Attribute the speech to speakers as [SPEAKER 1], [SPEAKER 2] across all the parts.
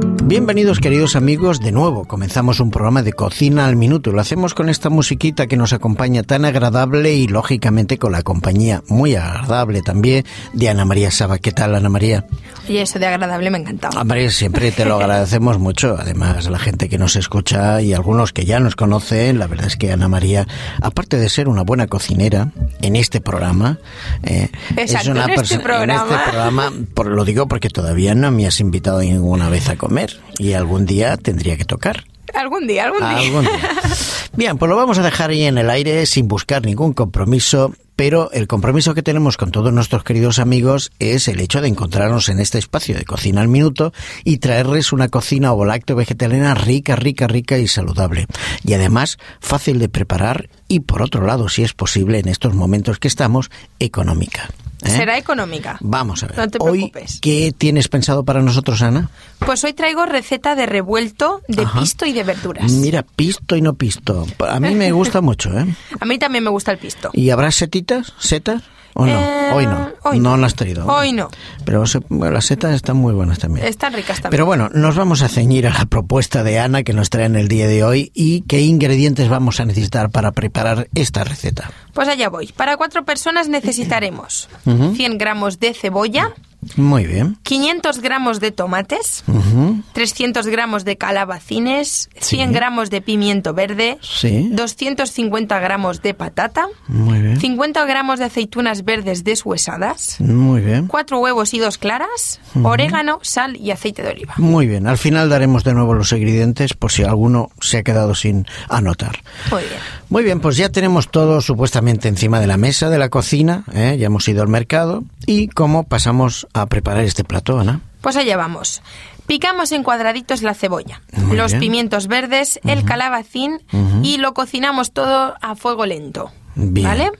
[SPEAKER 1] Bienvenidos queridos amigos, de nuevo comenzamos un programa de cocina al minuto. Lo hacemos con esta musiquita que nos acompaña tan agradable y lógicamente con la compañía muy agradable también de Ana María Saba. ¿Qué tal Ana María?
[SPEAKER 2] Oye, eso de agradable me encantaba.
[SPEAKER 1] Hombre, siempre te lo agradecemos mucho. Además, la gente que nos escucha y algunos que ya nos conocen, la verdad es que Ana María, aparte de ser una buena cocinera en este programa, eh,
[SPEAKER 2] Exacto,
[SPEAKER 1] es una
[SPEAKER 2] en
[SPEAKER 1] persona
[SPEAKER 2] este
[SPEAKER 1] en
[SPEAKER 2] programa.
[SPEAKER 1] este programa, por- lo digo porque todavía no me has invitado ninguna vez a comer y algún día tendría que tocar.
[SPEAKER 2] Algún día, algún día.
[SPEAKER 1] Algún día. Ah, Bien, pues lo vamos a dejar ahí en el aire sin buscar ningún compromiso. Pero el compromiso que tenemos con todos nuestros queridos amigos es el hecho de encontrarnos en este espacio de cocina al minuto y traerles una cocina o lácteo vegetariana rica, rica, rica y saludable. Y además fácil de preparar y por otro lado, si es posible en estos momentos que estamos, económica. ¿eh?
[SPEAKER 2] Será económica.
[SPEAKER 1] Vamos a ver.
[SPEAKER 2] No te
[SPEAKER 1] Hoy,
[SPEAKER 2] preocupes.
[SPEAKER 1] ¿qué tienes pensado para nosotros, Ana?
[SPEAKER 2] Pues hoy traigo receta de revuelto de
[SPEAKER 1] Ajá.
[SPEAKER 2] pisto y de verduras.
[SPEAKER 1] Mira, pisto y no pisto. A mí me gusta mucho, ¿eh?
[SPEAKER 2] A mí también me gusta el pisto.
[SPEAKER 1] ¿Y habrá setitas? ¿Setas? ¿O no?
[SPEAKER 2] Eh,
[SPEAKER 1] hoy no.
[SPEAKER 2] hoy
[SPEAKER 1] no
[SPEAKER 2] no.
[SPEAKER 1] las has traído.
[SPEAKER 2] Hoy no.
[SPEAKER 1] Pero se- bueno, las setas están muy buenas también.
[SPEAKER 2] Están ricas también.
[SPEAKER 1] Pero bueno, nos vamos a ceñir a la propuesta de Ana que nos trae en el día de hoy y qué ingredientes vamos a necesitar para preparar esta receta.
[SPEAKER 2] Pues allá voy. Para cuatro personas necesitaremos 100 gramos de cebolla,
[SPEAKER 1] Muy bien.
[SPEAKER 2] 500 gramos de tomates,
[SPEAKER 1] Ujú.
[SPEAKER 2] 300 gramos de calabacines, 100
[SPEAKER 1] Sí.
[SPEAKER 2] gramos de pimiento verde,
[SPEAKER 1] Sí.
[SPEAKER 2] 250 gramos de patata,
[SPEAKER 1] Muy bien.
[SPEAKER 2] 50 gramos de aceitunas verdes deshuesadas,
[SPEAKER 1] Muy bien.
[SPEAKER 2] cuatro huevos y dos claras, orégano, sal y aceite de oliva.
[SPEAKER 1] Muy bien, al final daremos de nuevo los ingredientes por si alguno se ha quedado sin anotar.
[SPEAKER 2] Muy bien.
[SPEAKER 1] Muy bien, pues ya tenemos todo supuestamente encima de la mesa de la cocina, ¿eh? ya hemos ido al mercado. ¿Y cómo pasamos a preparar este plato, Ana?
[SPEAKER 2] Pues allá vamos. Picamos en cuadraditos la cebolla,
[SPEAKER 1] Muy
[SPEAKER 2] los
[SPEAKER 1] bien.
[SPEAKER 2] pimientos verdes, el calabacín y lo cocinamos todo a fuego lento.
[SPEAKER 1] Bien.
[SPEAKER 2] ¿Vale?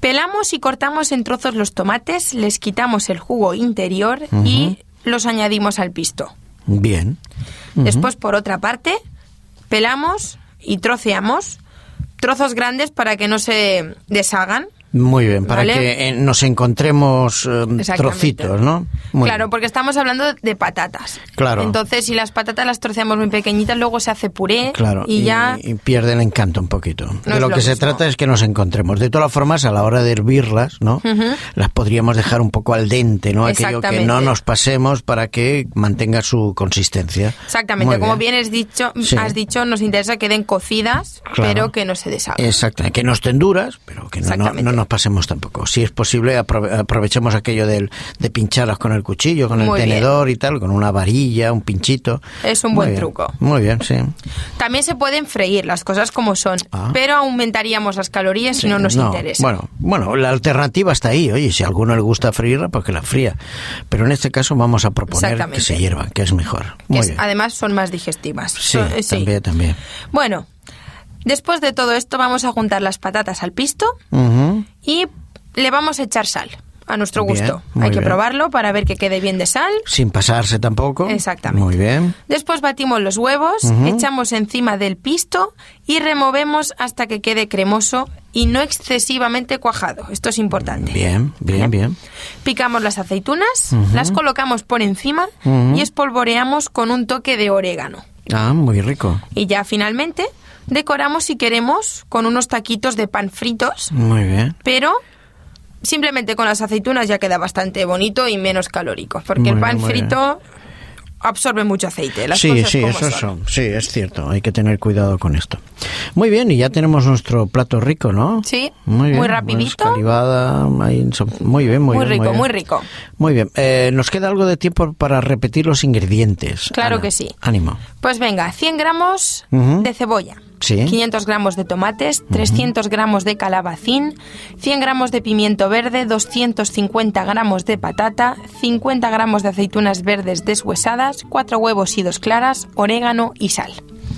[SPEAKER 2] Pelamos y cortamos en trozos los tomates, les quitamos el jugo interior y los añadimos al pisto.
[SPEAKER 1] Bien.
[SPEAKER 2] Después, por otra parte, pelamos y troceamos trozos grandes para que no se deshagan.
[SPEAKER 1] Muy bien, para
[SPEAKER 2] Vale.
[SPEAKER 1] que eh, nos encontremos eh,
[SPEAKER 2] Exactamente.
[SPEAKER 1] trocitos, ¿no? Muy
[SPEAKER 2] claro,
[SPEAKER 1] bien.
[SPEAKER 2] porque estamos hablando de patatas.
[SPEAKER 1] Claro.
[SPEAKER 2] Entonces, si las patatas las troceamos muy pequeñitas, luego se hace puré
[SPEAKER 1] Claro,
[SPEAKER 2] y, ya...
[SPEAKER 1] y pierde el encanto un poquito. de
[SPEAKER 2] es
[SPEAKER 1] lo,
[SPEAKER 2] lo
[SPEAKER 1] que se
[SPEAKER 2] mismo.
[SPEAKER 1] trata es que nos encontremos. De todas formas, a la hora de hervirlas, ¿no? Las podríamos dejar un poco al dente, ¿no? Aquello que
[SPEAKER 2] Exactamente.
[SPEAKER 1] no nos pasemos para que mantenga su consistencia.
[SPEAKER 2] Exactamente,
[SPEAKER 1] Muy
[SPEAKER 2] como bien, has dicho,
[SPEAKER 1] Sí.
[SPEAKER 2] has dicho, nos interesa que queden cocidas,
[SPEAKER 1] Claro.
[SPEAKER 2] pero que no se deshagan.
[SPEAKER 1] Exactamente, que no estén duras, pero que no, no,
[SPEAKER 2] Exactamente.
[SPEAKER 1] no nos pasemos tampoco. Si es posible, aprove- aprovechemos aquello del, de pincharlas con el cuchillo, con el
[SPEAKER 2] Muy bien.
[SPEAKER 1] tenedor y tal, con una varilla, un pinchito.
[SPEAKER 2] Es un
[SPEAKER 1] Muy
[SPEAKER 2] buen
[SPEAKER 1] bien,
[SPEAKER 2] truco.
[SPEAKER 1] Muy bien, sí.
[SPEAKER 2] También se pueden freír las cosas como son,
[SPEAKER 1] Ah.
[SPEAKER 2] pero aumentaríamos las calorías si
[SPEAKER 1] Sí,
[SPEAKER 2] no nos interesa.
[SPEAKER 1] Bueno, bueno, la alternativa está ahí. Oye, si a alguno le gusta freírla, pues que la fría. Pero en este caso vamos a proponer que
[SPEAKER 2] Exactamente.
[SPEAKER 1] se hiervan, que es mejor.
[SPEAKER 2] que
[SPEAKER 1] Muy
[SPEAKER 2] es-
[SPEAKER 1] bien.
[SPEAKER 2] además son más digestivas.
[SPEAKER 1] Sí,
[SPEAKER 2] Son- eh,
[SPEAKER 1] también, también.
[SPEAKER 2] Bueno, después de todo esto vamos a juntar las patatas al pisto
[SPEAKER 1] Ujú.
[SPEAKER 2] y le vamos a echar sal a nuestro
[SPEAKER 1] Bien,
[SPEAKER 2] gusto.
[SPEAKER 1] muy
[SPEAKER 2] Hay que
[SPEAKER 1] bien.
[SPEAKER 2] probarlo para ver que quede bien de sal.
[SPEAKER 1] Sin pasarse tampoco.
[SPEAKER 2] Exactamente.
[SPEAKER 1] Muy bien.
[SPEAKER 2] Después batimos los huevos, echamos encima del pisto y removemos hasta que quede cremoso y no excesivamente cuajado. Esto es importante.
[SPEAKER 1] Bien, bien,
[SPEAKER 2] Vale.
[SPEAKER 1] bien.
[SPEAKER 2] Picamos las aceitunas, las colocamos por encima
[SPEAKER 1] Ujú.
[SPEAKER 2] y espolvoreamos con un toque de orégano.
[SPEAKER 1] Ah, muy rico.
[SPEAKER 2] Y ya finalmente decoramos si queremos con unos taquitos de pan fritos,
[SPEAKER 1] Muy bien.
[SPEAKER 2] pero simplemente con las aceitunas ya queda bastante bonito y menos calórico, porque
[SPEAKER 1] Muy
[SPEAKER 2] el
[SPEAKER 1] bien,
[SPEAKER 2] pan
[SPEAKER 1] muy bien.
[SPEAKER 2] frito absorbe mucho aceite. Las
[SPEAKER 1] sí,
[SPEAKER 2] cosas
[SPEAKER 1] sí,
[SPEAKER 2] como
[SPEAKER 1] eso
[SPEAKER 2] son.
[SPEAKER 1] son. Sí, es cierto. Hay que tener cuidado con esto. Muy bien, y ya tenemos nuestro plato rico, ¿no?
[SPEAKER 2] Sí,
[SPEAKER 1] muy, bien.
[SPEAKER 2] muy rapidito.
[SPEAKER 1] escalivada, ahí en so- muy bien, muy,
[SPEAKER 2] Muy
[SPEAKER 1] bien,
[SPEAKER 2] rico,
[SPEAKER 1] bien.
[SPEAKER 2] muy rico.
[SPEAKER 1] Muy bien. Eh, nos queda algo de tiempo para repetir los ingredientes.
[SPEAKER 2] Claro
[SPEAKER 1] Ana.
[SPEAKER 2] que sí.
[SPEAKER 1] Ánimo.
[SPEAKER 2] Pues venga, 100 gramos
[SPEAKER 1] Ujú.
[SPEAKER 2] de cebolla.
[SPEAKER 1] Sí.
[SPEAKER 2] 500 gramos de tomates, 300 gramos de calabacín, 100 gramos de pimiento verde, 250 gramos de patata, 50 gramos de aceitunas verdes deshuesadas, 4 huevos y dos claras, orégano y sal.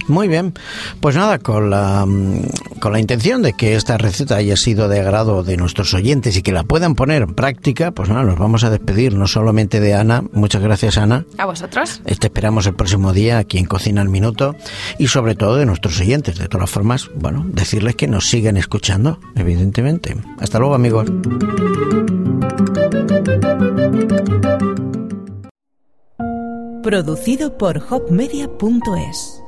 [SPEAKER 1] Muy bien. Pues nada, con la, mm, con la intención de que esta receta haya sido de agrado de nuestros oyentes y que la puedan poner en práctica, pues nada, nos vamos a despedir no solamente de Ana. Muchas gracias, Ana.
[SPEAKER 2] ¿A vosotros?
[SPEAKER 1] Te Este esperamos el próximo día aquí en Cocina al Minuto y sobre todo de nuestros oyentes. De todas formas, bueno, decirles que nos sigan escuchando, evidentemente. Hasta luego, amigos.
[SPEAKER 3] Producido por hopmedia.es.